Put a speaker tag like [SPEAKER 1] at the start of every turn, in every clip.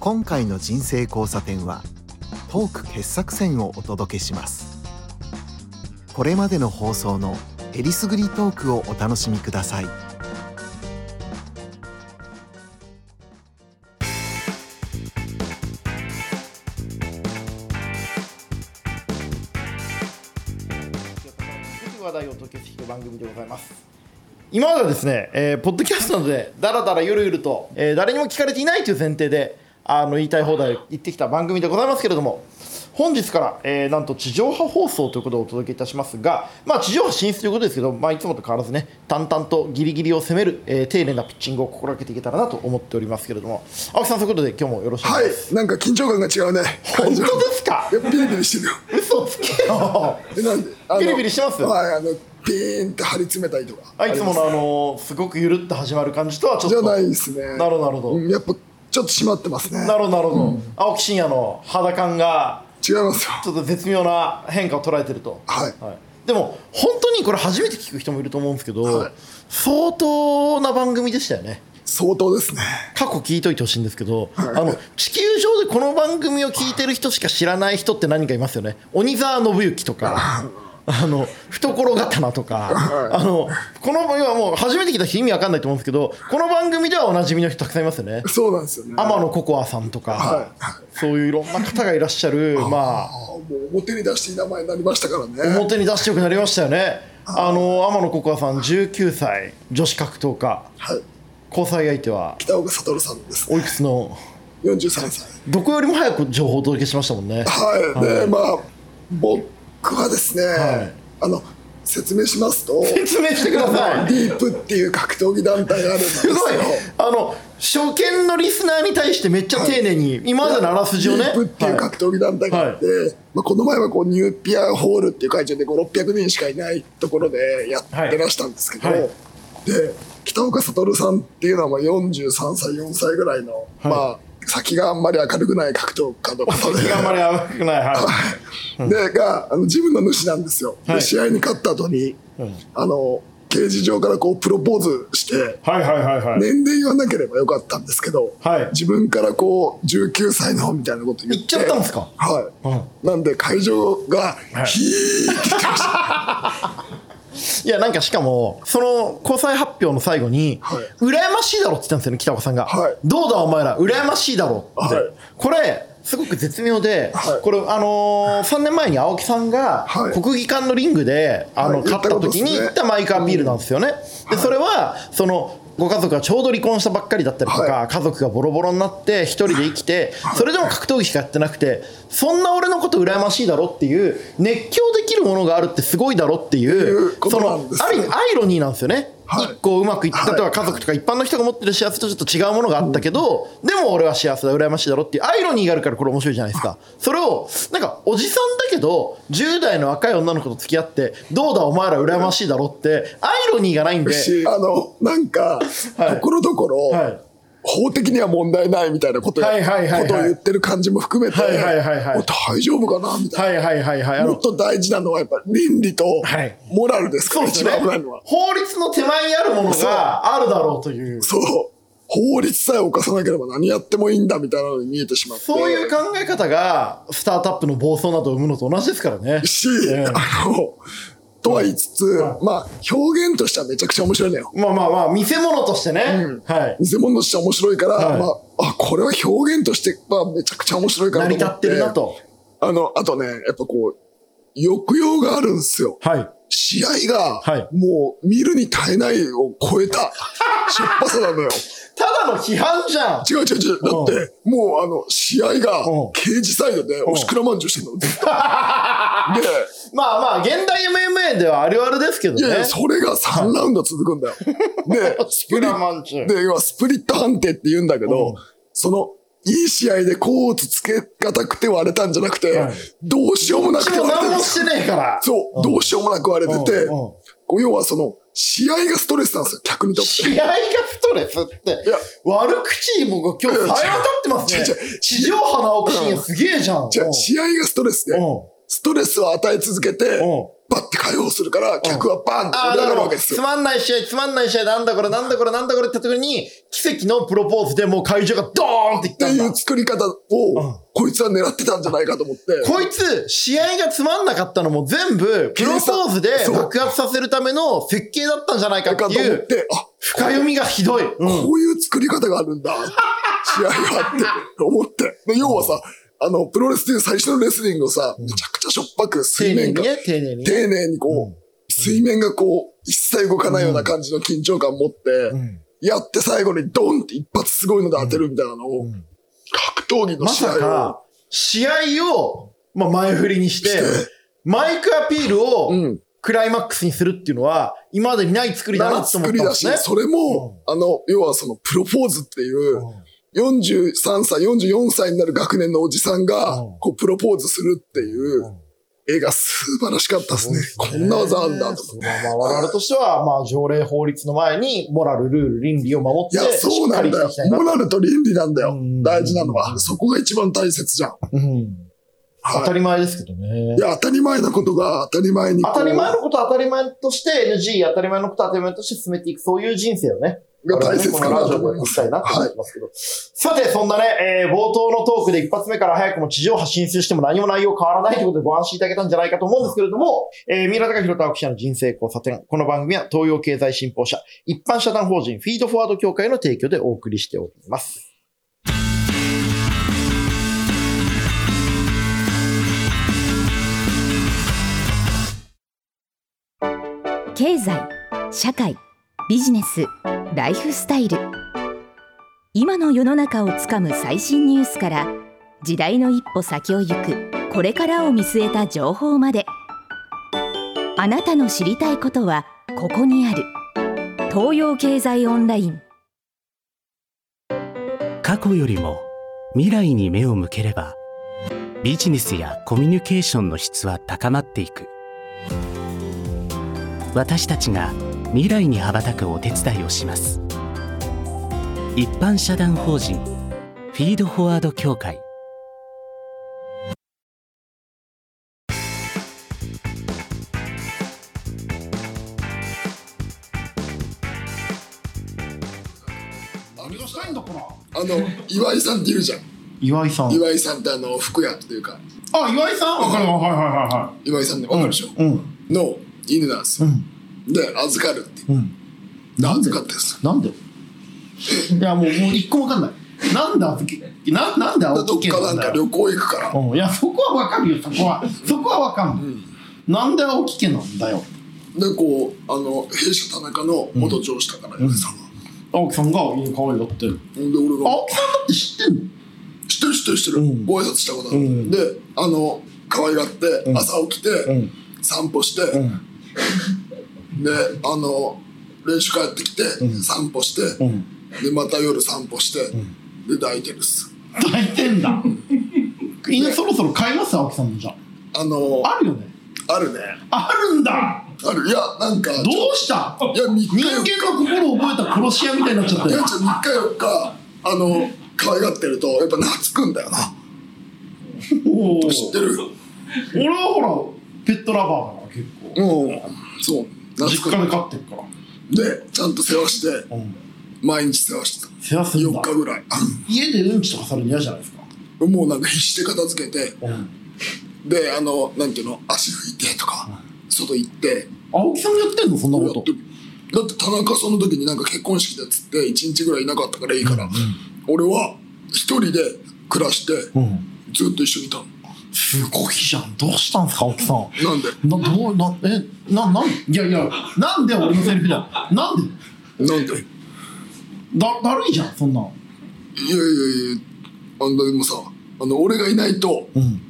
[SPEAKER 1] 今回の人生交差点はトーク傑作選をお届けしますこれまでの放送のえりすぐりトークをお楽しみください
[SPEAKER 2] 話題を解決していく番組でございます今まではですね、えーポッドキャストなどでだらだらゆるゆると、えー誰にも聞かれていないという前提であの言いたい放題言ってきた番組でございますけれども本日から、えーなんと地上波放送ということをお届けいたしますが、まあ、地上波進出ということですけど、まあ、いつもと変わらずね淡々とギリギリを攻める、えー丁寧なピッチングを心がけていけたらなと思っておりますけれども青木さんそういうことで今日もよろしくお
[SPEAKER 3] は
[SPEAKER 2] 願いし
[SPEAKER 3] い、なんか緊張感が違うね。
[SPEAKER 2] ます、本当ですか
[SPEAKER 3] いやピリピリしてるよ。
[SPEAKER 2] 嘘つけよ
[SPEAKER 3] えなんであの
[SPEAKER 2] ピリピリしてます
[SPEAKER 3] はい、あのピーンって張り詰めたりとか。
[SPEAKER 2] あいつものあのすごくゆるっと始まる感じとはちょっ
[SPEAKER 3] じゃ
[SPEAKER 2] と
[SPEAKER 3] ないですね。
[SPEAKER 2] なるほどなるほど
[SPEAKER 3] うんやっぱちょっと締まってますね。
[SPEAKER 2] なるほどなるほど、青木真也の肌感が
[SPEAKER 3] 違いますよ。
[SPEAKER 2] ちょっと絶妙な変化を捉えてると、
[SPEAKER 3] はい。
[SPEAKER 2] でも本当にこれ初めて聞く人もいると思うんですけど、
[SPEAKER 3] はい
[SPEAKER 2] 相当な番組でしたよね
[SPEAKER 3] 相当ですね。
[SPEAKER 2] 過去聞いといてほしいんですけど、
[SPEAKER 3] はい
[SPEAKER 2] あの地球上でこの番組を聞いてる人しか知らない人って何かいますよね鬼沢信之とかあの懐刀とか、
[SPEAKER 3] はい
[SPEAKER 2] あのこの番組はもう初めて聞いた人意味わかんないと思うんですけどこの番組ではおなじみの人たくさんいますよね
[SPEAKER 3] そうなんですよね。
[SPEAKER 2] 天野ココアさんとか、
[SPEAKER 3] は
[SPEAKER 2] そういういろんな方がいらっしゃる、まあ、
[SPEAKER 3] あもう表に出していい名前になりましたからね。
[SPEAKER 2] 表に出してよくなりましたよね。あの天野ココアさん19歳女子格闘家
[SPEAKER 3] はい。
[SPEAKER 2] 交際相手は
[SPEAKER 3] 北岡悟さんです、
[SPEAKER 2] お
[SPEAKER 3] ね。
[SPEAKER 2] いくつの
[SPEAKER 3] 四十三歳。
[SPEAKER 2] どこよりも早く情報をお届けしましたもんね。
[SPEAKER 3] はい。で、まあ僕はですね、
[SPEAKER 2] はい
[SPEAKER 3] あの説明しますと。
[SPEAKER 2] 説明してください。
[SPEAKER 3] ディープっていう格闘技団体があるんです
[SPEAKER 2] す
[SPEAKER 3] よ
[SPEAKER 2] ごいあの初見のリスナーに対してめっちゃ丁寧に、今までのあらすじをね
[SPEAKER 3] ディープっていう格闘技団体があって、まあ、この前はこうニューピアホールっていう会場で5600人しかいないところでやってらしたんですけど、
[SPEAKER 2] はいはい
[SPEAKER 3] で北岡悟さんっていうのはまあ43歳4歳ぐらいの、まあ先があんまり明るくない格闘家の方で
[SPEAKER 2] はい、あんまり甘くない、はい
[SPEAKER 3] でがあのジムの主なんですよ、
[SPEAKER 2] はい
[SPEAKER 3] で試合に勝った後に、あの刑事上からこうプロポーズして、
[SPEAKER 2] はいはいはいはい、
[SPEAKER 3] 年齢言わなければよかったんですけど、
[SPEAKER 2] はい
[SPEAKER 3] 自分からこう19歳のみたいなこと言っ
[SPEAKER 2] 言っ
[SPEAKER 3] て
[SPEAKER 2] ちゃったんですか
[SPEAKER 3] はい、なんで会場が
[SPEAKER 2] い
[SPEAKER 3] ヒーって言ってました、
[SPEAKER 2] いやなんかしかもその交際発表の最後に「
[SPEAKER 3] はい
[SPEAKER 2] 羨ましいだろ」って言ったんですよね北岡さんが「
[SPEAKER 3] はい
[SPEAKER 2] どうだお前ら羨ましいだろ」って、
[SPEAKER 3] はい
[SPEAKER 2] これすごく絶妙で、
[SPEAKER 3] はい
[SPEAKER 2] これあのー、3年前に青木さんが
[SPEAKER 3] はい
[SPEAKER 2] 国技館のリングであの、
[SPEAKER 3] はい
[SPEAKER 2] 勝った時に言
[SPEAKER 3] 言っ
[SPEAKER 2] ったたマイクアピールなんですよね、でそれはそのご家族がちょうど離婚したばっかりだったりとか、
[SPEAKER 3] は
[SPEAKER 2] 家族がボロボロになって一人で生きてそれでも格闘技しかやってなくてそんな俺のこと羨ましいだろっていう熱狂できるものがあるってすごいだろっていう
[SPEAKER 3] いうこ
[SPEAKER 2] そ
[SPEAKER 3] と
[SPEAKER 2] の
[SPEAKER 3] なんです
[SPEAKER 2] ある意味アイロニーなんですよね、
[SPEAKER 3] はい
[SPEAKER 2] 一個うまくいった
[SPEAKER 3] はい
[SPEAKER 2] 例えば家族とか一般の人が持ってる幸せとちょっと違うものがあったけど、でも俺は幸せだ羨ましいだろっていうアイロニーがあるからこれ面白いじゃないですかそれをなんかおじさんだけど10代の若い女の子と付き合ってどうだお前ら羨ましいだろってアイロニーがないんで
[SPEAKER 3] しあのなんか
[SPEAKER 2] はい
[SPEAKER 3] ところどころ、
[SPEAKER 2] はい
[SPEAKER 3] 法的には問題ないみたいなこと,、
[SPEAKER 2] はいはいはいはい
[SPEAKER 3] ことを言ってる感じも含めて、
[SPEAKER 2] はいはいはいはい
[SPEAKER 3] もう大丈夫かなみたいな、
[SPEAKER 2] はいはいはいはいあ
[SPEAKER 3] もっ
[SPEAKER 2] の
[SPEAKER 3] と大事なのはやっぱ倫理と
[SPEAKER 2] はい
[SPEAKER 3] モラルですか
[SPEAKER 2] そう
[SPEAKER 3] ら、
[SPEAKER 2] です
[SPEAKER 3] 一
[SPEAKER 2] ね
[SPEAKER 3] 番危ないのは
[SPEAKER 2] 法律の手前にあるものがあるだろうという
[SPEAKER 3] そう法律さえ犯さなければ何やってもいいんだみたいなのに見えてしまって
[SPEAKER 2] そういう考え方がスタートアップの暴走などを生むのと同じですからね
[SPEAKER 3] し、
[SPEAKER 2] ええ
[SPEAKER 3] あの、とは言いつつ、まあ、表現としてはめちゃくちゃ面白いのよ。
[SPEAKER 2] まあまあまあ見せ物としてね、はい
[SPEAKER 3] 偽物としては面白いから、
[SPEAKER 2] はい
[SPEAKER 3] まあ、あ、これは表現として、まあ、めちゃくちゃ面白いから
[SPEAKER 2] 成り立ってるなと。
[SPEAKER 3] あの、あとね、やっぱこう、抑揚があるんですよ。
[SPEAKER 2] はい
[SPEAKER 3] 試合が、
[SPEAKER 2] はい
[SPEAKER 3] もう、見るに耐えないを超えた、しょっぱさなのよ。
[SPEAKER 2] ただの批判じゃん
[SPEAKER 3] 違う違う違う。だって、もうあの、試合が
[SPEAKER 2] うん、
[SPEAKER 3] 刑事サイドで、おしくらまんじゅ うしてんの。ずっとで、
[SPEAKER 2] まあまあ、現代 MMA ではあるあるですけど
[SPEAKER 3] いやい
[SPEAKER 2] ね
[SPEAKER 3] や、。それが3ラウンド続くん だよ。で、スプリ
[SPEAKER 2] オスクラマンチュ
[SPEAKER 3] ット、で、要はスプリット判定って言うんだけど、
[SPEAKER 2] うん
[SPEAKER 3] その、いい試合でコーツつけがたくて割れたんじゃなくて、
[SPEAKER 2] はい
[SPEAKER 3] どうしようもな
[SPEAKER 2] し
[SPEAKER 3] く
[SPEAKER 2] か
[SPEAKER 3] て
[SPEAKER 2] も
[SPEAKER 3] 割
[SPEAKER 2] 何
[SPEAKER 3] れて
[SPEAKER 2] も
[SPEAKER 3] る
[SPEAKER 2] してねえから。
[SPEAKER 3] そう、どうしようもなく割れてて、
[SPEAKER 2] うんうん
[SPEAKER 3] こう要はその、試合がストレスなんですよ、客にとって。
[SPEAKER 2] 試合がストレスって
[SPEAKER 3] いや。
[SPEAKER 2] 悪口も今日、さえ渡ってますね
[SPEAKER 3] 違う違う違う。
[SPEAKER 2] 地上波の青木真也すげえじゃん。
[SPEAKER 3] じゃ
[SPEAKER 2] う
[SPEAKER 3] あ
[SPEAKER 2] ん
[SPEAKER 3] 試合がストレスで
[SPEAKER 2] うん、
[SPEAKER 3] ストレスを与え続けて
[SPEAKER 2] うん、
[SPEAKER 3] バッて解放するから、客はバーンって
[SPEAKER 2] あ
[SPEAKER 3] 盛
[SPEAKER 2] あ、
[SPEAKER 3] り上
[SPEAKER 2] だ
[SPEAKER 3] が
[SPEAKER 2] か
[SPEAKER 3] るわ
[SPEAKER 2] ら
[SPEAKER 3] け、です
[SPEAKER 2] つ
[SPEAKER 3] よ。
[SPEAKER 2] まんない試合、つまんない試合、なんだこれ、なんだこれ、なんだこれってところに、奇跡のプロポーズでもう会場がドーンっていっ
[SPEAKER 3] って
[SPEAKER 2] たん
[SPEAKER 3] い
[SPEAKER 2] だ
[SPEAKER 3] う。作り方を、こいつは狙ってたんじゃないかと思って。
[SPEAKER 2] こいつ、試合がつまんなかったのも全部、プロポーズで
[SPEAKER 3] そう
[SPEAKER 2] 爆発させるための設計だったんじゃないか
[SPEAKER 3] か
[SPEAKER 2] っ
[SPEAKER 3] と
[SPEAKER 2] てい
[SPEAKER 3] 思
[SPEAKER 2] う、
[SPEAKER 3] って、あ、
[SPEAKER 2] 深読みがひどい。うん。
[SPEAKER 3] こういう作り方があるんだ。 試合があって、と思って。で、要はさ、あの、プロレスっていう最初のレスリングをさ、めちゃくちゃしょっぱく水
[SPEAKER 2] 丁寧に
[SPEAKER 3] 面が、
[SPEAKER 2] ね、丁寧にね。
[SPEAKER 3] 丁寧にこう、水面がこう、一切動かないような感じの緊張感を持って、やって最後にドンって一発すごいので当てるみたいなのを、格闘技の
[SPEAKER 2] ま
[SPEAKER 3] 試
[SPEAKER 2] さ
[SPEAKER 3] 合を
[SPEAKER 2] か、試合を、まあ、前振りにして、マイクアピールを
[SPEAKER 3] うん、
[SPEAKER 2] クライマックスにするっていうのは、今までにない作りだな
[SPEAKER 3] な
[SPEAKER 2] と思っ
[SPEAKER 3] 作
[SPEAKER 2] たん
[SPEAKER 3] り
[SPEAKER 2] で
[SPEAKER 3] だ
[SPEAKER 2] す
[SPEAKER 3] し
[SPEAKER 2] ね、。
[SPEAKER 3] それも、あの、要はそのプロポーズっていう、43歳、44歳になる学年のおじさんが、こう、プロポーズするっていう映画素晴らしかったですね。こんな技あんだと思っ。
[SPEAKER 2] まあまあ我々としては、まあ、条例法律の前に、モラル、ルール、倫理を守って
[SPEAKER 3] い
[SPEAKER 2] て、
[SPEAKER 3] や、そうなんだよ
[SPEAKER 2] しっかり生きていきたい。な
[SPEAKER 3] モラルと倫理なんだよ
[SPEAKER 2] う。ん
[SPEAKER 3] 大事なのは。そこが一番大切じゃん。
[SPEAKER 2] うん当
[SPEAKER 3] は
[SPEAKER 2] たり前ですけどね
[SPEAKER 3] い。い。や、当たり前なことが当たり前にこう。
[SPEAKER 2] 当たり前のことを当たり前として NG、当たり前のことを当たり前として進めていく、そういう人生をね、
[SPEAKER 3] が大切かな
[SPEAKER 2] 我々ねこのラジオ
[SPEAKER 3] と思います。
[SPEAKER 2] でも言いたいなと思
[SPEAKER 3] はい
[SPEAKER 2] ますけど。さて、そんなね、えー冒頭のトークで一発目から早くも地上波進出しても何も内容変わらないということでご安心いただけたんじゃないかと思うんですけれども、えー、三浦貴弘と青木記者の人生交差点。この番組は東洋経済新報社、一般社団法人フィードフォワード協会の提供でお送りしております。
[SPEAKER 4] 経済社会ビジネスライフスタイル今の世の中をつかむ最新ニュースから時代の一歩先を行くこれからを見据えた情報まであなたの知りたいことはここにある東洋経済オンライン
[SPEAKER 5] 過去よりも未来に目を向ければビジネスやコミュニケーションの質は高まっていく私たちが未来に羽ばたくお手伝いをします一般社団法人フィードフォワード協会
[SPEAKER 3] あの、岩井さんって言うじゃん。
[SPEAKER 2] 岩井さん。
[SPEAKER 3] 岩井さんってあの、服屋っていうか、
[SPEAKER 2] あ、岩井さんわかるわ。はいはいは
[SPEAKER 3] 岩井さんね、わかるでしょ
[SPEAKER 2] うん。
[SPEAKER 3] の犬なんです
[SPEAKER 2] う
[SPEAKER 3] よ。
[SPEAKER 2] ん。
[SPEAKER 3] で、預かるって。
[SPEAKER 2] うん。
[SPEAKER 3] で預かってんですよ
[SPEAKER 2] なんでいや、もう、もう一個もわかんない。なんで青木、ななんで青
[SPEAKER 3] どっ
[SPEAKER 2] 木家
[SPEAKER 3] かなんか
[SPEAKER 2] だよ。
[SPEAKER 3] 旅行行くから。
[SPEAKER 2] うんいや、そこはわかるよ、そこは。そこはわかんない。なんで青木家なんだよ。
[SPEAKER 3] でこうあの弊社田中の元上司だから米さんは、
[SPEAKER 2] 青木さんが家可愛いだって。
[SPEAKER 3] で俺が
[SPEAKER 2] 青木さんだって知ってんの
[SPEAKER 3] 知ってる知ってる知ってる、
[SPEAKER 2] うん
[SPEAKER 3] ご挨拶したことある、
[SPEAKER 2] うん
[SPEAKER 3] であの可愛がって、
[SPEAKER 2] ん
[SPEAKER 3] 朝起きて、
[SPEAKER 2] ん
[SPEAKER 3] 散歩して、
[SPEAKER 2] ん
[SPEAKER 3] であの練習帰ってきて、散歩して、
[SPEAKER 2] ん
[SPEAKER 3] でまた夜散歩して、で抱いてるっす
[SPEAKER 2] 抱いてんだ。犬そろそろ買います、青木さんもじゃ
[SPEAKER 3] あの
[SPEAKER 2] あ。あるよね。
[SPEAKER 3] あるね
[SPEAKER 2] あるんだ
[SPEAKER 3] あるいやなんか
[SPEAKER 2] ど
[SPEAKER 3] ちょ
[SPEAKER 2] うした
[SPEAKER 3] いや3日
[SPEAKER 2] 人間
[SPEAKER 3] 4
[SPEAKER 2] の
[SPEAKER 3] 日
[SPEAKER 2] 心を覚えた殺し屋みたいになっちゃった
[SPEAKER 3] いや
[SPEAKER 2] よ。
[SPEAKER 3] ちょ3日4日あの可愛がってるとやっぱ懐くんだよな
[SPEAKER 2] おー
[SPEAKER 3] 知ってる
[SPEAKER 2] 俺はほら、ペットラバーだから結構。
[SPEAKER 3] うんそう
[SPEAKER 2] 実
[SPEAKER 3] 懐く
[SPEAKER 2] 家で飼ってるから。
[SPEAKER 3] でちゃんと世話して
[SPEAKER 2] うん。
[SPEAKER 3] 毎日世話してた
[SPEAKER 2] 世話するん
[SPEAKER 3] 4
[SPEAKER 2] だ。
[SPEAKER 3] 日ぐらい
[SPEAKER 2] 家でうんちとかされるの嫌じゃないですか。
[SPEAKER 3] あもうなんか必死で片付けて
[SPEAKER 2] うん。
[SPEAKER 3] であのなんていうの足拭いてとか外行って
[SPEAKER 2] 青木さんやってんのそんな
[SPEAKER 3] や
[SPEAKER 2] こ
[SPEAKER 3] っ
[SPEAKER 2] と
[SPEAKER 3] て。だって田中その時になんか結婚式だっつって1日ぐらいいなかったからいいから、俺は一人で暮らして
[SPEAKER 2] うん。
[SPEAKER 3] ずっと一緒にいたの
[SPEAKER 2] すごいじゃん。どうしたんすか、青木さん。
[SPEAKER 3] なんで
[SPEAKER 2] な、どう、な、え、な、なん、いやいや、なんで俺のセリフだよ。なんで
[SPEAKER 3] なんでいや
[SPEAKER 2] だ、だるいじゃん、そんなん。
[SPEAKER 3] いやいやあんでもさあの俺がいないと
[SPEAKER 2] うん。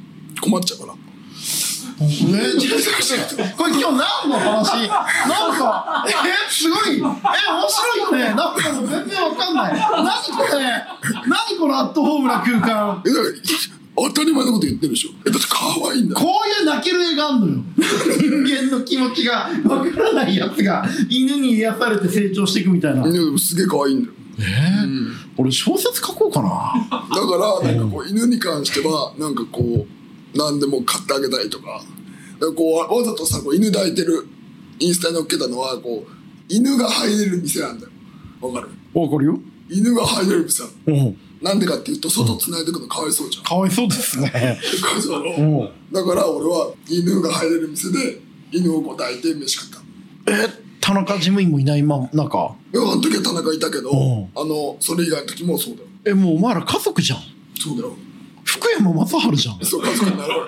[SPEAKER 3] 困っちゃうから
[SPEAKER 2] え、ちょっと、これ今日何の話なんか、え、すごい、え、面白いよね。なんかもう全然わかんない。何これ何このアットホームな空間。
[SPEAKER 3] えだから当たり前のこと言ってるでしょえだって可愛いんだよ
[SPEAKER 2] こういう泣ける絵があんのよ。人間の気持ちがわからないやつが犬に癒されて成長していくみたいな。
[SPEAKER 3] いやでもすげえ可愛いんだよ
[SPEAKER 2] え俺小説書こうかな。
[SPEAKER 3] だからなんかこう犬に関してはなんかこう何でも買ってあげたいとかだからこうわざとさこう犬抱いてるインスタに載っけたのはこう犬が入れる店なんだよわかる
[SPEAKER 2] わかるよ。
[SPEAKER 3] 犬が入れる店なの
[SPEAKER 2] うん。
[SPEAKER 3] なんでかっていうと外繋いでくのかわいそうじゃん
[SPEAKER 2] かわいそうですね。
[SPEAKER 3] かわいそうだろ
[SPEAKER 2] うん。
[SPEAKER 3] だから俺は犬が入れる店で犬をこう抱いて飯食った
[SPEAKER 2] 田中事務員もいないま、中。
[SPEAKER 3] でもあの時は田中いたけど、
[SPEAKER 2] うん
[SPEAKER 3] あのそれ以外の時もそうだよ
[SPEAKER 2] え、もうお前ら家族じゃん。
[SPEAKER 3] そうだよ
[SPEAKER 2] 福山雅治じゃん。
[SPEAKER 3] そう家族になろう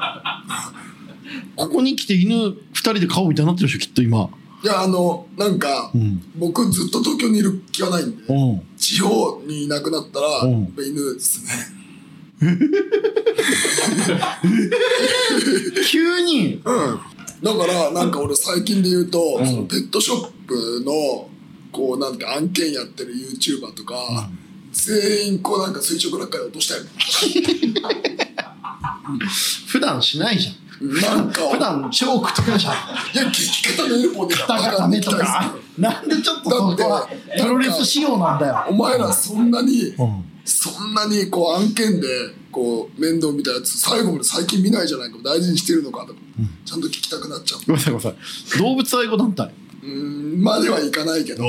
[SPEAKER 2] ここに来て犬二人で飼おうみたいになってるでしょ、きっと今。
[SPEAKER 3] いやあのなんか、
[SPEAKER 2] うん。
[SPEAKER 3] 僕ずっと東京にいる気がないんで、
[SPEAKER 2] うん。
[SPEAKER 3] 地方にいなくなったら、
[SPEAKER 2] うん
[SPEAKER 3] やっぱ犬ですね
[SPEAKER 2] 急に。
[SPEAKER 3] うんだからなんか俺最近で言うと、そのペットショップのこうなんか案件やってる YouTuber とか、全員こうなんか垂直落下で落としたい
[SPEAKER 2] 普段しないじゃん。
[SPEAKER 3] なんか
[SPEAKER 2] 普段チョークとかじゃん。
[SPEAKER 3] いや聞き方のエルボーで
[SPEAKER 2] だからねとか。なんでちょっとそこは
[SPEAKER 3] だって
[SPEAKER 2] プロレス仕様なんだよ。
[SPEAKER 3] お前らそんなに、
[SPEAKER 2] うん。
[SPEAKER 3] そんなにこう案件でこう面倒見たやつ最後まで最近見ないじゃないか大事にしてるのかとか、ちゃんと聞きたくなっちゃう
[SPEAKER 2] ごめんなさいごめんなさい。動物愛護団体。
[SPEAKER 3] うーんまではいかないけど、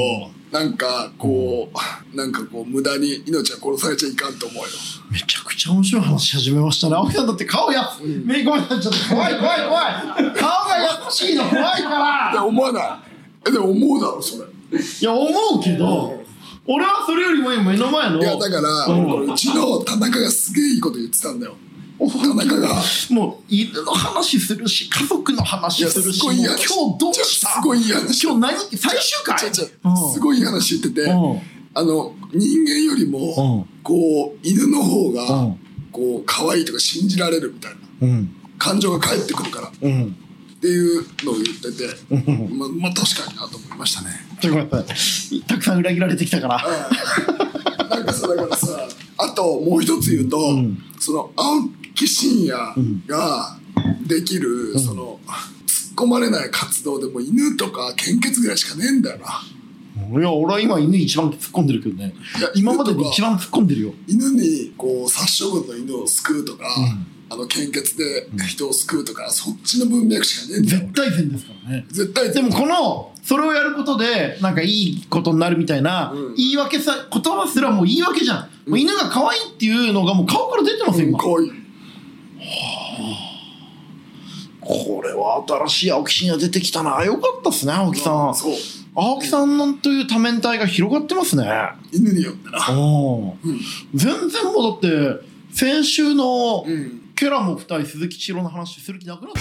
[SPEAKER 3] なんかこう、なんかこう無駄に命は殺されちゃいかんと思うよ
[SPEAKER 2] めちゃくちゃ面白い話し始めましたね。青木さんだって顔や、目ごめんなさいちょっと怖い怖い怖い。顔がやっしいの怖いから
[SPEAKER 3] い。や思わないえでも思うだろそれ
[SPEAKER 2] いや、思うけど、俺はそれよりも今目の前の。
[SPEAKER 3] いやだから
[SPEAKER 2] うん
[SPEAKER 3] これうちの田中がすげえいいこと言ってたんだよ田中が
[SPEAKER 2] もう犬の話するし、家族の話するし、
[SPEAKER 3] いやすごい
[SPEAKER 2] もう今日どう
[SPEAKER 3] じゃあ
[SPEAKER 2] した
[SPEAKER 3] すごいいい話
[SPEAKER 2] 今日何最終回
[SPEAKER 3] 違う違
[SPEAKER 2] う
[SPEAKER 3] うんすごい話言ってて、
[SPEAKER 2] うん
[SPEAKER 3] あの人間よりも、こう犬の方が、こう可愛いとか信じられるみたいな
[SPEAKER 2] うん。
[SPEAKER 3] 感情が返ってくるからっ
[SPEAKER 2] うん。
[SPEAKER 3] ていうのを言ってて、ま あまあ確かになと思いましたね。
[SPEAKER 2] ちょっとごめんなさい。たくさん裏切られてきたから。
[SPEAKER 3] なんかさだからさあともう一つ言うと、その青木真也ができる、その突っ込まれない活動でも犬とか献血ぐらいしかねえんだよな。
[SPEAKER 2] いや、俺は今犬一番突っ込んでるけどね
[SPEAKER 3] いや。
[SPEAKER 2] 今までで一番突っ込んでるよ。
[SPEAKER 3] 犬にこう殺処分の犬を救うとか、あの献血で人を救うとか、そっちの文脈しかねえんだよ
[SPEAKER 2] 絶対善ですからね。
[SPEAKER 3] 絶対
[SPEAKER 2] でもこの、それをやることで、なんかいいことになるみたいな、
[SPEAKER 3] うん
[SPEAKER 2] 言い訳さ、言葉すらもう言い訳じゃん。もう犬が可愛いっていうのがもう顔から出てますよ、今。
[SPEAKER 3] こういう
[SPEAKER 2] これは新しい青木真也出てきたな。よかったっすね、青木さん。
[SPEAKER 3] そう
[SPEAKER 2] 青木さんなんという多面体が広がってますね。
[SPEAKER 3] 犬によってな
[SPEAKER 2] お全然もうだって、先週の
[SPEAKER 3] うん
[SPEAKER 2] ケラモ二人、鈴木千尋の話する気なくなって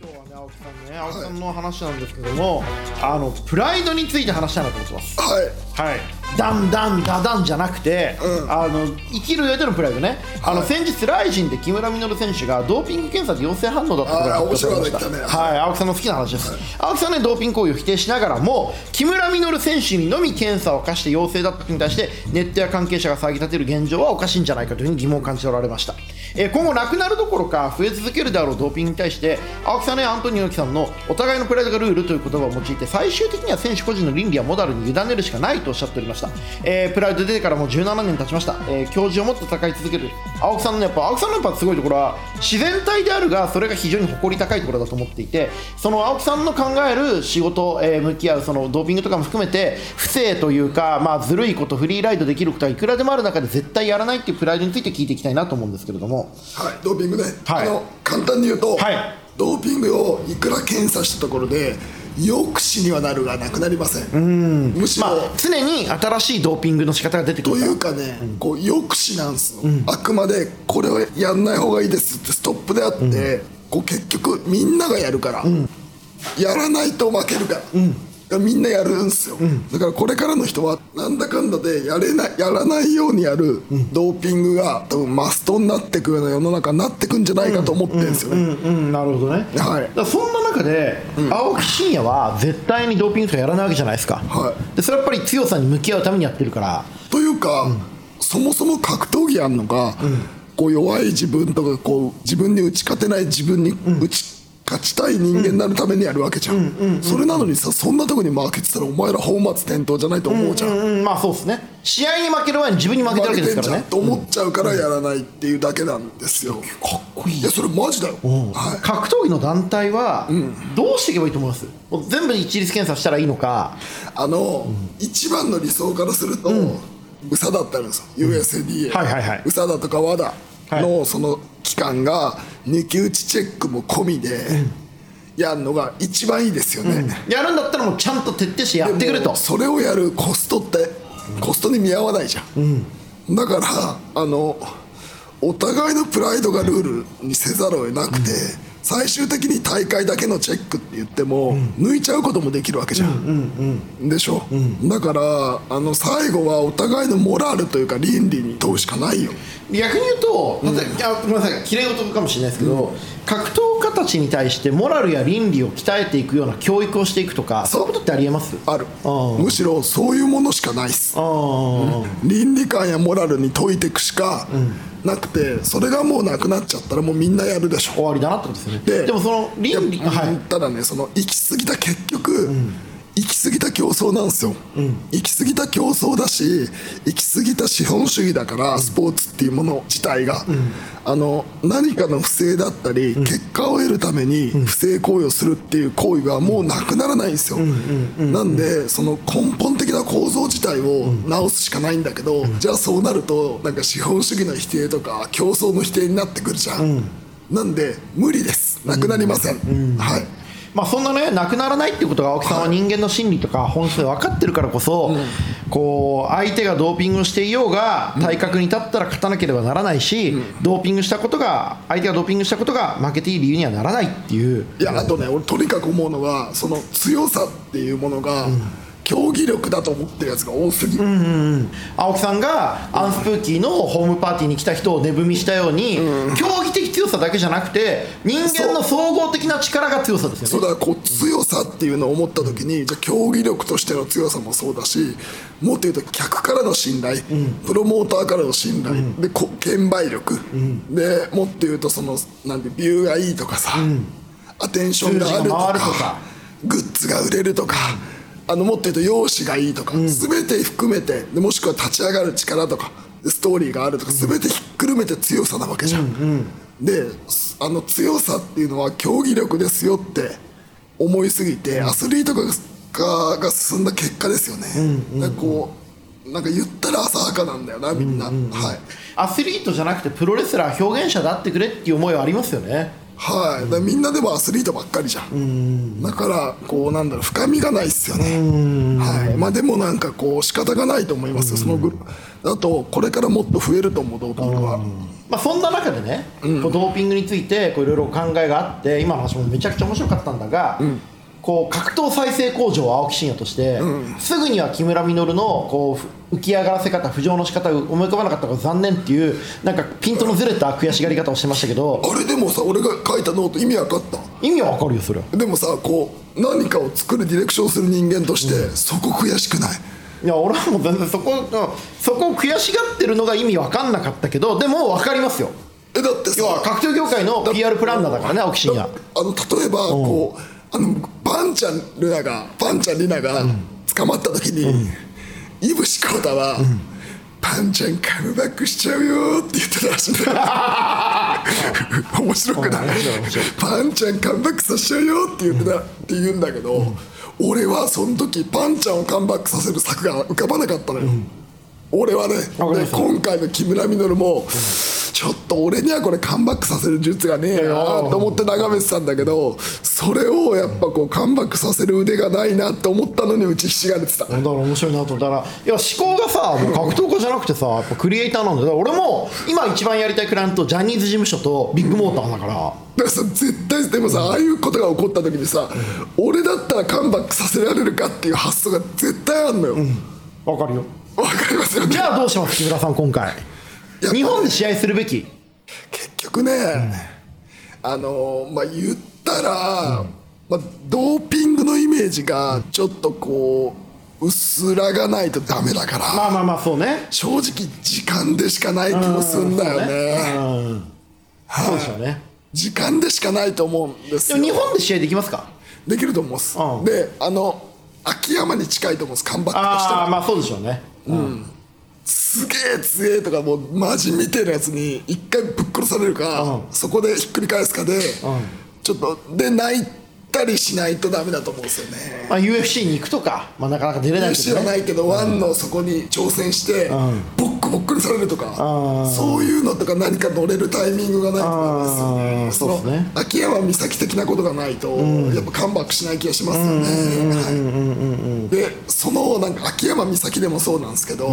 [SPEAKER 2] 今日はね青木さんね青木さんの話なんですけども、あのプライドについて話したいなと思ってます
[SPEAKER 3] はい
[SPEAKER 2] はい、だんだんだだんじゃなくて、
[SPEAKER 3] うん
[SPEAKER 2] あの生きる上でのプライドね、あの先日、ライジンで木村実選手がドーピング検査で陽性反応だったことが
[SPEAKER 3] あー
[SPEAKER 2] 発表されま
[SPEAKER 3] 面白い
[SPEAKER 2] した
[SPEAKER 3] の言ったね
[SPEAKER 2] はい、青木さんの好きな話です、青木さんはね、ドーピング行為を否定しながらも、木村実選手にのみ検査を課して陽性だったことに対して、ネットや関係者が騒ぎ立てる現状はおかしいんじゃないかというふうに疑問を感じておられました、えー今後、なくなるどころか、増え続けるであろうドーピングに対して、青木さんやアントニオ猪木さんのお互いのプライドがルールという言葉を用いて、最終的には選手個人の倫理やモダルに委ねるしかないとおっしゃっておりました、えープライド出てからもう17年経ちました、えー教授をもっと戦い続ける青木さんのやっぱ青木さんのやっぱすごいところは自然体であるがそれが非常に誇り高いところだと思っていてその青木さんの考える仕事、えー向き合うそのドーピングとかも含めて不正というか、まあ、ずるいことフリーライドできることはいくらでもある中で絶対やらないっていうプライドについて聞いていきたいなと思うんですけれども
[SPEAKER 3] はい、ドーピングね、
[SPEAKER 2] はい
[SPEAKER 3] あの簡単に言うと、
[SPEAKER 2] はい
[SPEAKER 3] ドーピングをいくら検査したところで抑止にはなるがなくなりませんむしろ、
[SPEAKER 2] まあ常に新しいドーピングの仕方が出てく
[SPEAKER 3] と
[SPEAKER 2] るか
[SPEAKER 3] い
[SPEAKER 2] ら
[SPEAKER 3] うかね、こう抑止なんですよ、あくまでこれはやんない方がいいですってストップであって、こう結局みんながやるから、やらないと負けるから,、みんなやるんですよ、だからこれからの人はなんだかんだでやれないやらないようにやるドーピングが多分マストになってくような世の中になってくんじゃないかと思ってるんですよね、
[SPEAKER 2] うんうんなるほどね
[SPEAKER 3] はい
[SPEAKER 2] だからそんな中で、青木真也は絶対にドーピングとかやらないわけじゃないですか、
[SPEAKER 3] はい
[SPEAKER 2] でそれはやっぱり強さに向き合うためにやってるから
[SPEAKER 3] というか、そもそも格闘技やんのが、こう弱い自分とかこう自分に打ち勝てない自分に打ち勝ちたい人間になるためにやるわけじゃんそれなのにさそんなとこに負けてたらお前ら本末転倒じゃないと思うじゃん
[SPEAKER 2] うん、まあそうですね。試合に負ける前に自分に負けてるわけですからね。
[SPEAKER 3] と思っちゃうからやらないっていうだけなんですよ、かっこいいいやそれマジだよ、はい、
[SPEAKER 2] 格闘技の団体はどうしていけばいいと思います、もう全部一律検査したらいいのか、
[SPEAKER 3] あの、一番の理想からすると、ウサだったんですよ USDA、
[SPEAKER 2] はいはいはい
[SPEAKER 3] ウサだとか WADA
[SPEAKER 2] は
[SPEAKER 3] のその期間が抜き打ちチェックも込みでやるのが一番いいですよね、
[SPEAKER 2] やるんだったらもうちゃんと徹底してやってくれ
[SPEAKER 3] で
[SPEAKER 2] と
[SPEAKER 3] も。それをやるコストってコストに見合わないじゃん、だからあのお互いのプライドがルールにせざるを得なくて、最終的に大会だけのチェックって言っても、抜いちゃうこともできるわけじゃん、でしょ、だからあの最後はお互いのモラルというか倫理に問うしかないよ
[SPEAKER 2] 逆に言うと、またいやごめんなさい、きれい事かもしれないですけど、格闘家たちに対してモラルや倫理を鍛えていくような教育をしていくとか、そういうことってありえます
[SPEAKER 3] ある
[SPEAKER 2] ー
[SPEAKER 3] むしろそういうものしかないっす
[SPEAKER 2] あー
[SPEAKER 3] 倫理観やモラルに解いていくしかなくて、それがもうなくなっちゃったらもうみんなやるでしょ
[SPEAKER 2] 終わりだなってことですね。で
[SPEAKER 3] で
[SPEAKER 2] もその倫理、
[SPEAKER 3] いや
[SPEAKER 2] はい、
[SPEAKER 3] ただねその行き過ぎた結局、行き過ぎた競争なんですよ、行き過ぎた競争だし行き過ぎた資本主義だから、スポーツっていうもの自体が、あの何かの不正だったり、結果を得るために不正行為をするっていう行為がもうなくならないんですよ、なんでその根本的な構造自体を直すしかないんだけど、じゃあそうなるとなんか資本主義の否定とか競争の否定になってくるじゃん、なんで無理ですなくなりません、はい
[SPEAKER 2] まあ、そんなねなくならないっていうことが青木さんは人間の心理とか本質で分かってるからこそ、こう相手がドーピングをしていようが体格に立ったら勝たなければならないし、ドーピングしたことが相手がドーピングしたことが負けていい理由にはならないっていう
[SPEAKER 3] いやあとね俺とにかく思うのはその強さっていうものが、競技力だと思ってるやつが多すぎる、
[SPEAKER 2] 青木さんがアンスプーキーのホームパーティーに来た人を値踏みしたように、競技的強さだけじゃなくて人間の総合的な力が強さです
[SPEAKER 3] そ
[SPEAKER 2] よ
[SPEAKER 3] う
[SPEAKER 2] ね。
[SPEAKER 3] だこう強さっていうのを思った時にじゃあ競技力としての強さもそうだしもっと言うと客からの信頼、プロモーターからの信頼、でこ券売力、でもっと言うとそのなんてビューがいいとかさ、アテンションがあ
[SPEAKER 2] 数字
[SPEAKER 3] ると
[SPEAKER 2] が
[SPEAKER 3] か
[SPEAKER 2] 回るとか
[SPEAKER 3] グッズが売れるとか。あのもっと言うと容姿がいいとか、全て含めてでもしくは立ち上がる力とかストーリーがあるとか全てひっくるめて強さなわけじゃん、ですあの強さっていうのは競技力ですよって思いすぎてアスリートががが進んだ結果ですよね、なんかこうなんか言ったら浅はかなんだよなみんな、はい
[SPEAKER 2] アスリートじゃなくてプロレスラー表現者であってくれっていう思いはありますよね。
[SPEAKER 3] はい、だからみんなでもアスリートばっかりじゃん、だからこうなんだろう深みがないっすよね、はいまあ、でもなんかこう仕方がないと思いますよ、そのグルあとこれからもっと増えると思うドーピングは、
[SPEAKER 2] まあ、そんな中でね、こうドーピングについてこういろいろ考えがあって今の話もめちゃくちゃ面白かったんだが、こう格闘再生工場を青木真也として、すぐには木村稔のこう浮き上がらせ方浮上の仕方が思い浮かばなかったから残念っていうなんかピントのずれた悔しがり方をしてましたけど
[SPEAKER 3] あれでもさ俺が書いたノート意味わかった
[SPEAKER 2] 意味はわかるよそれは
[SPEAKER 3] でもさこう何かを作るディレクションする人間として、そこ悔しくない
[SPEAKER 2] いや俺はもう全然そこうんそこを悔しがってるのが意味わかんなかったけどでもわかりますよ
[SPEAKER 3] えだってさ
[SPEAKER 2] 要は格闘業界の PR プランナーだからね青木真也
[SPEAKER 3] あの例えばこうあのパンちゃんルナがパンちゃんリナが捕まった時に、イブシコータは、パンちゃんカムバックしちゃうよーって言ってたらしいんだよ 面白くないパンちゃんカムバックさせちゃうよって言ってた、って言うんだけど、俺はその時パンちゃんをカムバックさせる策が浮かばなかったのよ、俺はねで
[SPEAKER 2] わかりました
[SPEAKER 3] 今回の木村稔も、ちょっと俺にはこれカムバックさせる術がねえなと思って眺めてたんだけどそれをやっぱこうカムバックさせる腕がないなって思ったのにうちひしがれてた
[SPEAKER 2] だから面白いなと思ったらいや思考がさもう格闘家じゃなくてさやっぱクリエイターなんだよだから俺も今一番やりたいクライアントジャニーズ事務所とビッグモーターだから
[SPEAKER 3] だからさ絶対でもさああいうことが起こった時にさ俺だったらカムバックさせられるかっていう発想が絶対あんのよ
[SPEAKER 2] わかるよ
[SPEAKER 3] わかりますよね
[SPEAKER 2] じゃあどうします木村さん今回
[SPEAKER 3] や
[SPEAKER 2] 日本で試合するべき
[SPEAKER 3] 結局ね、あのーまあ言ったら、まあ、ドーピングのイメージがちょっとこう薄らがないとダメだから、
[SPEAKER 2] まあまあまあそうね
[SPEAKER 3] 正直時間でしかない気もすんだよね
[SPEAKER 2] そうでしょうね
[SPEAKER 3] 時間でしかないと思うんです
[SPEAKER 2] で
[SPEAKER 3] よ
[SPEAKER 2] も日本で試合できますか
[SPEAKER 3] できると思うんです、
[SPEAKER 2] うん
[SPEAKER 3] であの秋山に近いと思うんですカンバックとして
[SPEAKER 2] ああ
[SPEAKER 3] は
[SPEAKER 2] まあそうでしょうね
[SPEAKER 3] すげえ強えとかもうマジみてえなやつに一回ぶっ殺されるか、
[SPEAKER 2] う
[SPEAKER 3] そこでひっくり返すかで、ちょっとで泣いたりしないとダメだと思うんですよね
[SPEAKER 2] まあ UFC に行くとかまあなかなか出れないけ
[SPEAKER 3] 知
[SPEAKER 2] ど
[SPEAKER 3] ら
[SPEAKER 2] ね
[SPEAKER 3] ないけど、ワンのそこに挑戦して、ボッコボッコにされるとか、そういうのとか何か乗れるタイミングがないと思いますよね
[SPEAKER 2] あーそうですね
[SPEAKER 3] の秋山美咲的なことがないと、やっぱカンバックしない気がしますよね、はいでそのなんか秋山美咲でもそうなんですけど、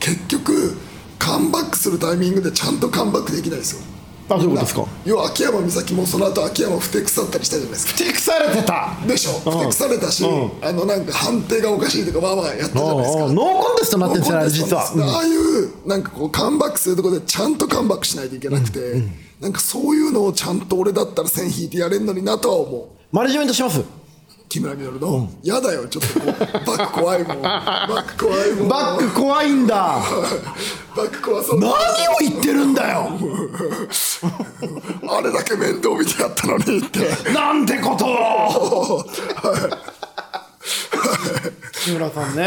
[SPEAKER 3] 結局カンバックするタイミングでちゃんとカンバックできないですよ
[SPEAKER 2] あどういうことですか
[SPEAKER 3] 要は秋山美咲もその後秋山ふてくさったりしたじゃないですか
[SPEAKER 2] ふてくされてた
[SPEAKER 3] でしょふてくされたし、
[SPEAKER 2] う
[SPEAKER 3] あのなんか判定がおかしいとかわーわーやったじゃないです
[SPEAKER 2] おう
[SPEAKER 3] か
[SPEAKER 2] おうノーコンテストになってるんですよねあれ実は、
[SPEAKER 3] ああいうなんかこうカンバックするところでちゃんとカンバックしないといけなくて、なんかそういうのをちゃんと俺だったら線引いてやれんのになとは思う
[SPEAKER 2] マネジメントします
[SPEAKER 3] 木村稔の、やだよちょっとこうバック怖いもんバック怖いもん
[SPEAKER 2] バック怖いんだ
[SPEAKER 3] バック怖そう
[SPEAKER 2] 何を言ってるんだよ
[SPEAKER 3] あれだけ面倒見てやったのにって
[SPEAKER 2] なんてことを
[SPEAKER 3] はい
[SPEAKER 2] 木村さんね、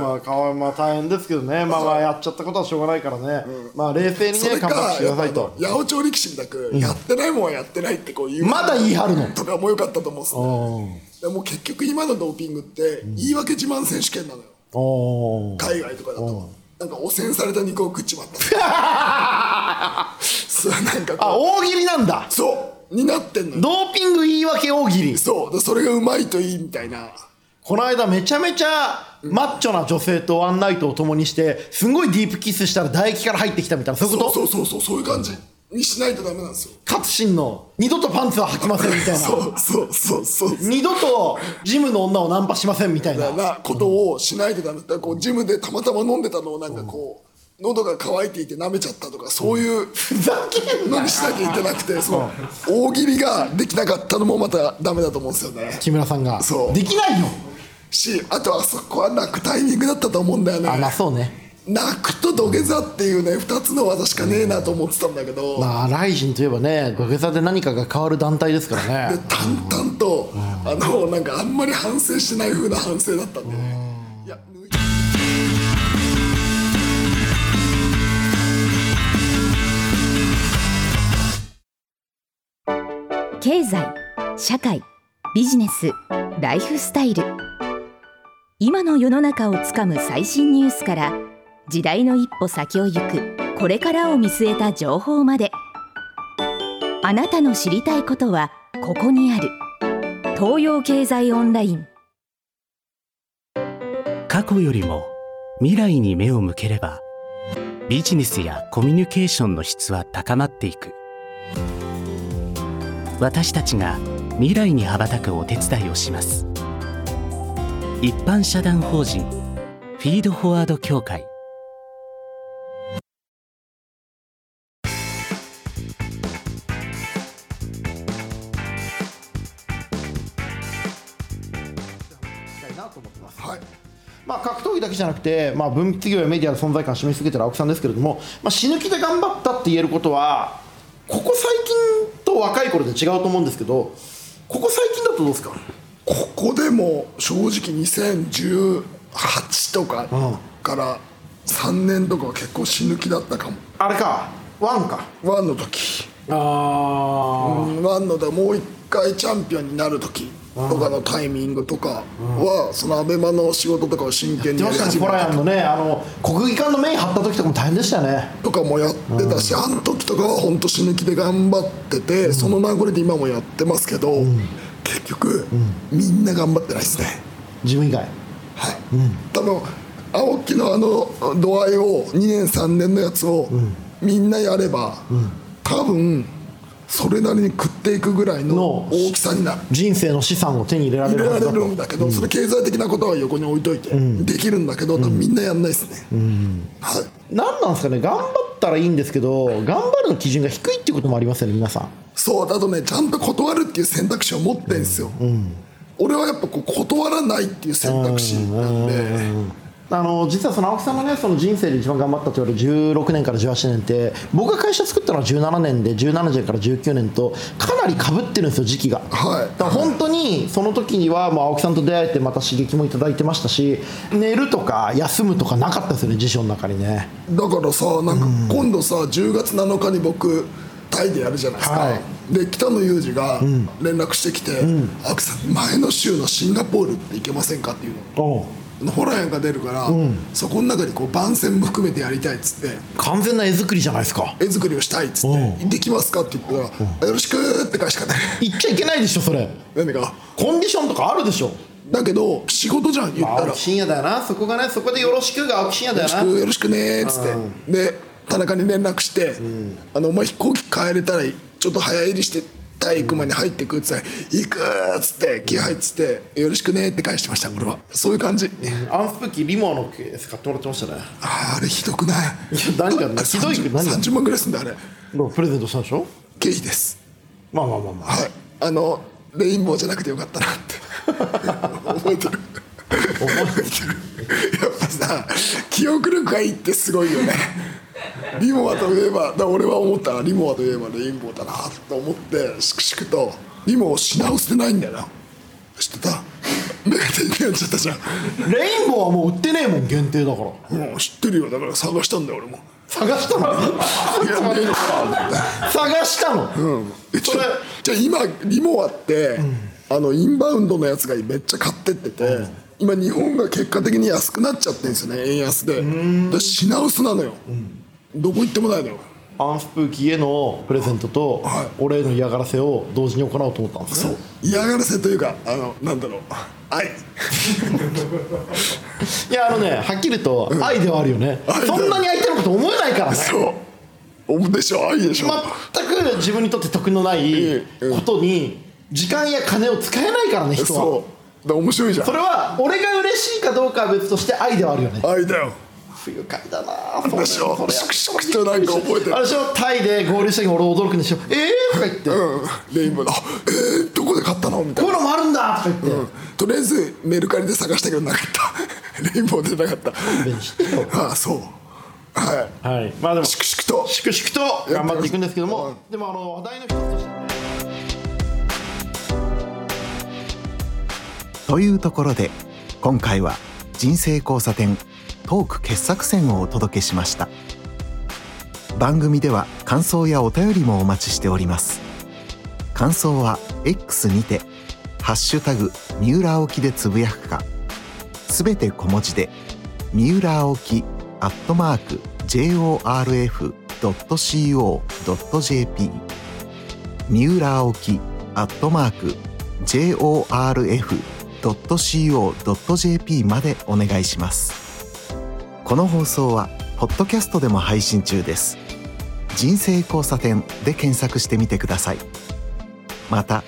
[SPEAKER 2] まあ顔はまあ大変ですけどね、まあまあやっちゃったことはしょうがないからね、まあ冷静に
[SPEAKER 3] そ
[SPEAKER 2] ね、
[SPEAKER 3] れか
[SPEAKER 2] 感覚してく
[SPEAKER 3] や
[SPEAKER 2] だ
[SPEAKER 3] っぱ
[SPEAKER 2] さ
[SPEAKER 3] あ
[SPEAKER 2] いと
[SPEAKER 3] の。八百長力士みたく、やってないもんはやってないってこう言う
[SPEAKER 2] まだ言い張るの
[SPEAKER 3] とかも良かったと思うんですよねでも結局今のドーピングって言い訳自慢選手権なのよ
[SPEAKER 2] おー
[SPEAKER 3] 海外とかだとなんか汚染された肉を食っちまった そうなんか
[SPEAKER 2] あ、
[SPEAKER 3] こ
[SPEAKER 2] 大喜利なんだ
[SPEAKER 3] う。そうになってんのよ
[SPEAKER 2] ドーピング言い訳大喜利。
[SPEAKER 3] そうでそれがうまいといいみたいな
[SPEAKER 2] この間めちゃめちゃマッチョな女性とワンナイトを共にして、すんごいディープキスしたら唾液から入ってきたみたいな、そういう
[SPEAKER 3] そ
[SPEAKER 2] こ
[SPEAKER 3] う
[SPEAKER 2] と
[SPEAKER 3] そうそうそうそういう感じにしないとダメなんですよ
[SPEAKER 2] 勝新の二度とパンツは履きませんみたいな。
[SPEAKER 3] そうそうそうそう
[SPEAKER 2] 二度とジムの女をナンパしませんみたい
[SPEAKER 3] み
[SPEAKER 2] な
[SPEAKER 3] たい。なことをしないとダメだからこうジムでたまたま飲んでたのをなんかこう喉が渇いていて舐めちゃったとかそういう
[SPEAKER 2] ふざけんな
[SPEAKER 3] のにしなきゃいけなくてそう大喜利ができなかったのもまたダメだと思うんですよね
[SPEAKER 2] 木村さんが。
[SPEAKER 3] そう
[SPEAKER 2] できないよ。
[SPEAKER 3] しあとはそこは泣くタイミングだったと思うんだよね
[SPEAKER 2] あ、まあそうね。
[SPEAKER 3] 泣くと土下座っていうね2つの技しかねえなと思ってたんだけど、
[SPEAKER 2] まあ、ライジンといえばね、土下座で何かが変わる団体ですから
[SPEAKER 3] で
[SPEAKER 2] ね。
[SPEAKER 3] 淡々と、あのなんかあんまり反省してない風な反省だったんで、ねいや抜いて
[SPEAKER 4] 経済社会ビジネスライフスタイル今の世の中をつかむ最新ニュースから時代の一歩先を行くこれからを見据えた情報まであなたの知りたいことはここにある東洋経済オンライン
[SPEAKER 5] 過去よりも未来に目を向ければビジネスやコミュニケーションの質は高まっていく私たちが未来に羽ばたくお手伝いをします一般社団法人フィードフォワード協会
[SPEAKER 3] はい
[SPEAKER 2] まあ、格闘技だけじゃなくて、まあ、文筆業やメディアの存在感を示し続けてる青木さんですけれども、まあ、死ぬ気で頑張ったって言えることは、ここ最近と若い頃で違うと思うんですけど、ここ最近だとどうですか
[SPEAKER 3] ここでも正直2018とかから3年とかは結構死ぬ気だったかも
[SPEAKER 2] あれか、ワンか。
[SPEAKER 3] ワンの時
[SPEAKER 2] あ
[SPEAKER 3] うんワンのだもう一回チャンピオンになる時とかのタイミングとかはそのアベマの仕事とかを真剣に
[SPEAKER 2] 出ま
[SPEAKER 3] やり
[SPEAKER 2] したね、
[SPEAKER 3] 始
[SPEAKER 2] ポ
[SPEAKER 3] め
[SPEAKER 2] ラ
[SPEAKER 3] た
[SPEAKER 2] ヤンのね、あの国技館の面張った時とかも大変でしたよね。
[SPEAKER 3] とかもやってたしあの時とかは本当死ぬ気で頑張っててその名残で今もやってますけど結局みんな頑張ってないですね
[SPEAKER 2] 自分以外。
[SPEAKER 3] はい多分青木のあの度合いを2年3年のやつをみんなやれば多分それなりに食っていくぐらいの
[SPEAKER 2] の
[SPEAKER 3] 大きさになる
[SPEAKER 2] 人生の資産を手に入れられ
[SPEAKER 3] 入
[SPEAKER 2] る
[SPEAKER 3] れ
[SPEAKER 2] は
[SPEAKER 3] ら
[SPEAKER 2] ずだ
[SPEAKER 3] れ
[SPEAKER 2] と
[SPEAKER 3] るんだけど、それ経済的なことは横に置いといて、できるんだけど、多分みんなやんないですね、はい
[SPEAKER 2] 何なんですかね頑張ったらいいんですけど頑張るの基準が低いってこともありますよね皆さん
[SPEAKER 3] そうだとねちゃんと断るっていう選択肢を持ってんですよ、俺はやっぱこう断らないっていう選択肢なんで、
[SPEAKER 2] あの実はその青木さんのねその人生で一番頑張ったと言われる16年から18年って僕が会社作ったのは17年で17年から19年とかなりかぶってるんですよ時期が
[SPEAKER 3] はい
[SPEAKER 2] だから本当にその時にはもう青木さんと出会えてまた刺激もいただいてましたし寝るとか休むとかなかったですよね辞書の中にね
[SPEAKER 3] だからさなんか今度さ10月7日に僕タイでやるじゃないですか、
[SPEAKER 2] は
[SPEAKER 3] で北野裕二が連絡してきて「青木さん前の週のシンガポールって行けませんか?」っていう
[SPEAKER 2] お
[SPEAKER 3] のホラーやんが出るから、そこの中にこう番宣も含めてやりたいっつって
[SPEAKER 2] 完全な絵作りじゃないですか
[SPEAKER 3] 絵作りをしたいっつって「できますか?」って言ったら「よろしく」って返しかね
[SPEAKER 2] 言っちゃいけないでしょそれ
[SPEAKER 3] 何か
[SPEAKER 2] コンディションとかあるでしょ
[SPEAKER 3] だけど仕事じゃん言ったら「
[SPEAKER 2] 青
[SPEAKER 3] よ
[SPEAKER 2] 木真也だよなそこがねそこでよろしくが青木真也だよ
[SPEAKER 3] ろし
[SPEAKER 2] な
[SPEAKER 3] くよろしくね」っつって、で田中に連絡して「あのお前飛行機帰れたらちょっと早入りしてタイ行く前に入ってく」っつって「行く」っつって気配っつって「よろしくね」って返してました俺はそういう感じ
[SPEAKER 2] アンスプーキーリモアのケース買ってもらってましたね
[SPEAKER 3] あーあれひどくない
[SPEAKER 2] や何がひどいけど何が
[SPEAKER 3] 30万ぐらいすんだあれ
[SPEAKER 2] プレゼントしたでしょ
[SPEAKER 3] 経費です
[SPEAKER 2] まあまあまあまあ
[SPEAKER 3] はい、あのレインボーじゃなくてよかった なって覚えてる覚えてるやっぱさ記憶力がいいってすごいよねリモアといえばだから俺は思ったリモアといえばレインボーだなと思ってしくしくとリモアを品を捨てないんだよな知ってた目が手になっちゃったじゃん
[SPEAKER 2] レインボーはもう売ってねえもん限定だから
[SPEAKER 3] もう知ってるよだから探したんだよ 俺も
[SPEAKER 2] 探したの 探したの、
[SPEAKER 3] えちょじゃあ今リモアって、あのインバウンドのやつがめっちゃ買ってってて、今日本が結果的に安くなっちゃってるんですよね円安でで品薄なのよ、どこ行ってもないのよ
[SPEAKER 2] アンスプーキーへのプレゼントと、
[SPEAKER 3] はい
[SPEAKER 2] 俺への嫌がらせを同時に行おうと思ったんですね
[SPEAKER 3] 嫌がらせというかあのなんだろう愛
[SPEAKER 2] いやあのねはっきりと愛ではあるよね、
[SPEAKER 3] 愛
[SPEAKER 2] そんなに相手のこと思えないからね
[SPEAKER 3] そうおでしょ愛でしょ、
[SPEAKER 2] 全く自分にとって得のない
[SPEAKER 3] うん
[SPEAKER 2] ことに時間や金を使えないからね人はそ
[SPEAKER 3] そうだから面白いじゃん
[SPEAKER 2] れは俺が嬉しいかどうかは別として愛ではあるよね
[SPEAKER 3] 愛だよ
[SPEAKER 2] 不愉快だなぁ
[SPEAKER 3] でしょ
[SPEAKER 2] それ
[SPEAKER 3] シュクシュクとなんか覚えてる
[SPEAKER 2] あれでしょタイで合流した時に俺驚くんでしょえーとか言って、こ
[SPEAKER 3] うんレインボーのえー、どこで買ったのみたいう
[SPEAKER 2] い
[SPEAKER 3] な
[SPEAKER 2] うのもあるんだとか言って、
[SPEAKER 3] とりあえずメルカリで探したけどなかったレインボー出なかった
[SPEAKER 2] 弁してよ
[SPEAKER 3] ああそうは
[SPEAKER 2] はいまあでも
[SPEAKER 3] いしくしくと
[SPEAKER 2] 粛々と頑張っていくんですけどもでもあの話題の一つとしてね
[SPEAKER 1] というところで今回は人生交差点トーク傑作選をお届けしました番組では感想やお便りもお待ちしております感想は X にて「ハッシュタグ三浦沖」でつぶやくかすべて小文字で「三浦沖」「アットマーク JORF.CO.JP」「三浦沖」「アットマーク jorf.co.jp までお願いしますこの放送はポッドキャストでも配信中です人生交差点で検索してみてくださいまた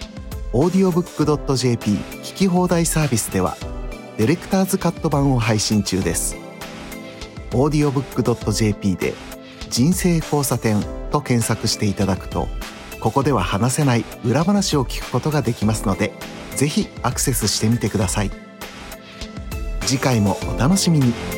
[SPEAKER 1] audiobook.jp 聞き放題サービスではディレクターズカット版を配信中です audiobook.jp で人生交差点と検索していただくとここでは話せない裏話を聞くことができますのでぜひアクセスしてみてください次回もお楽しみに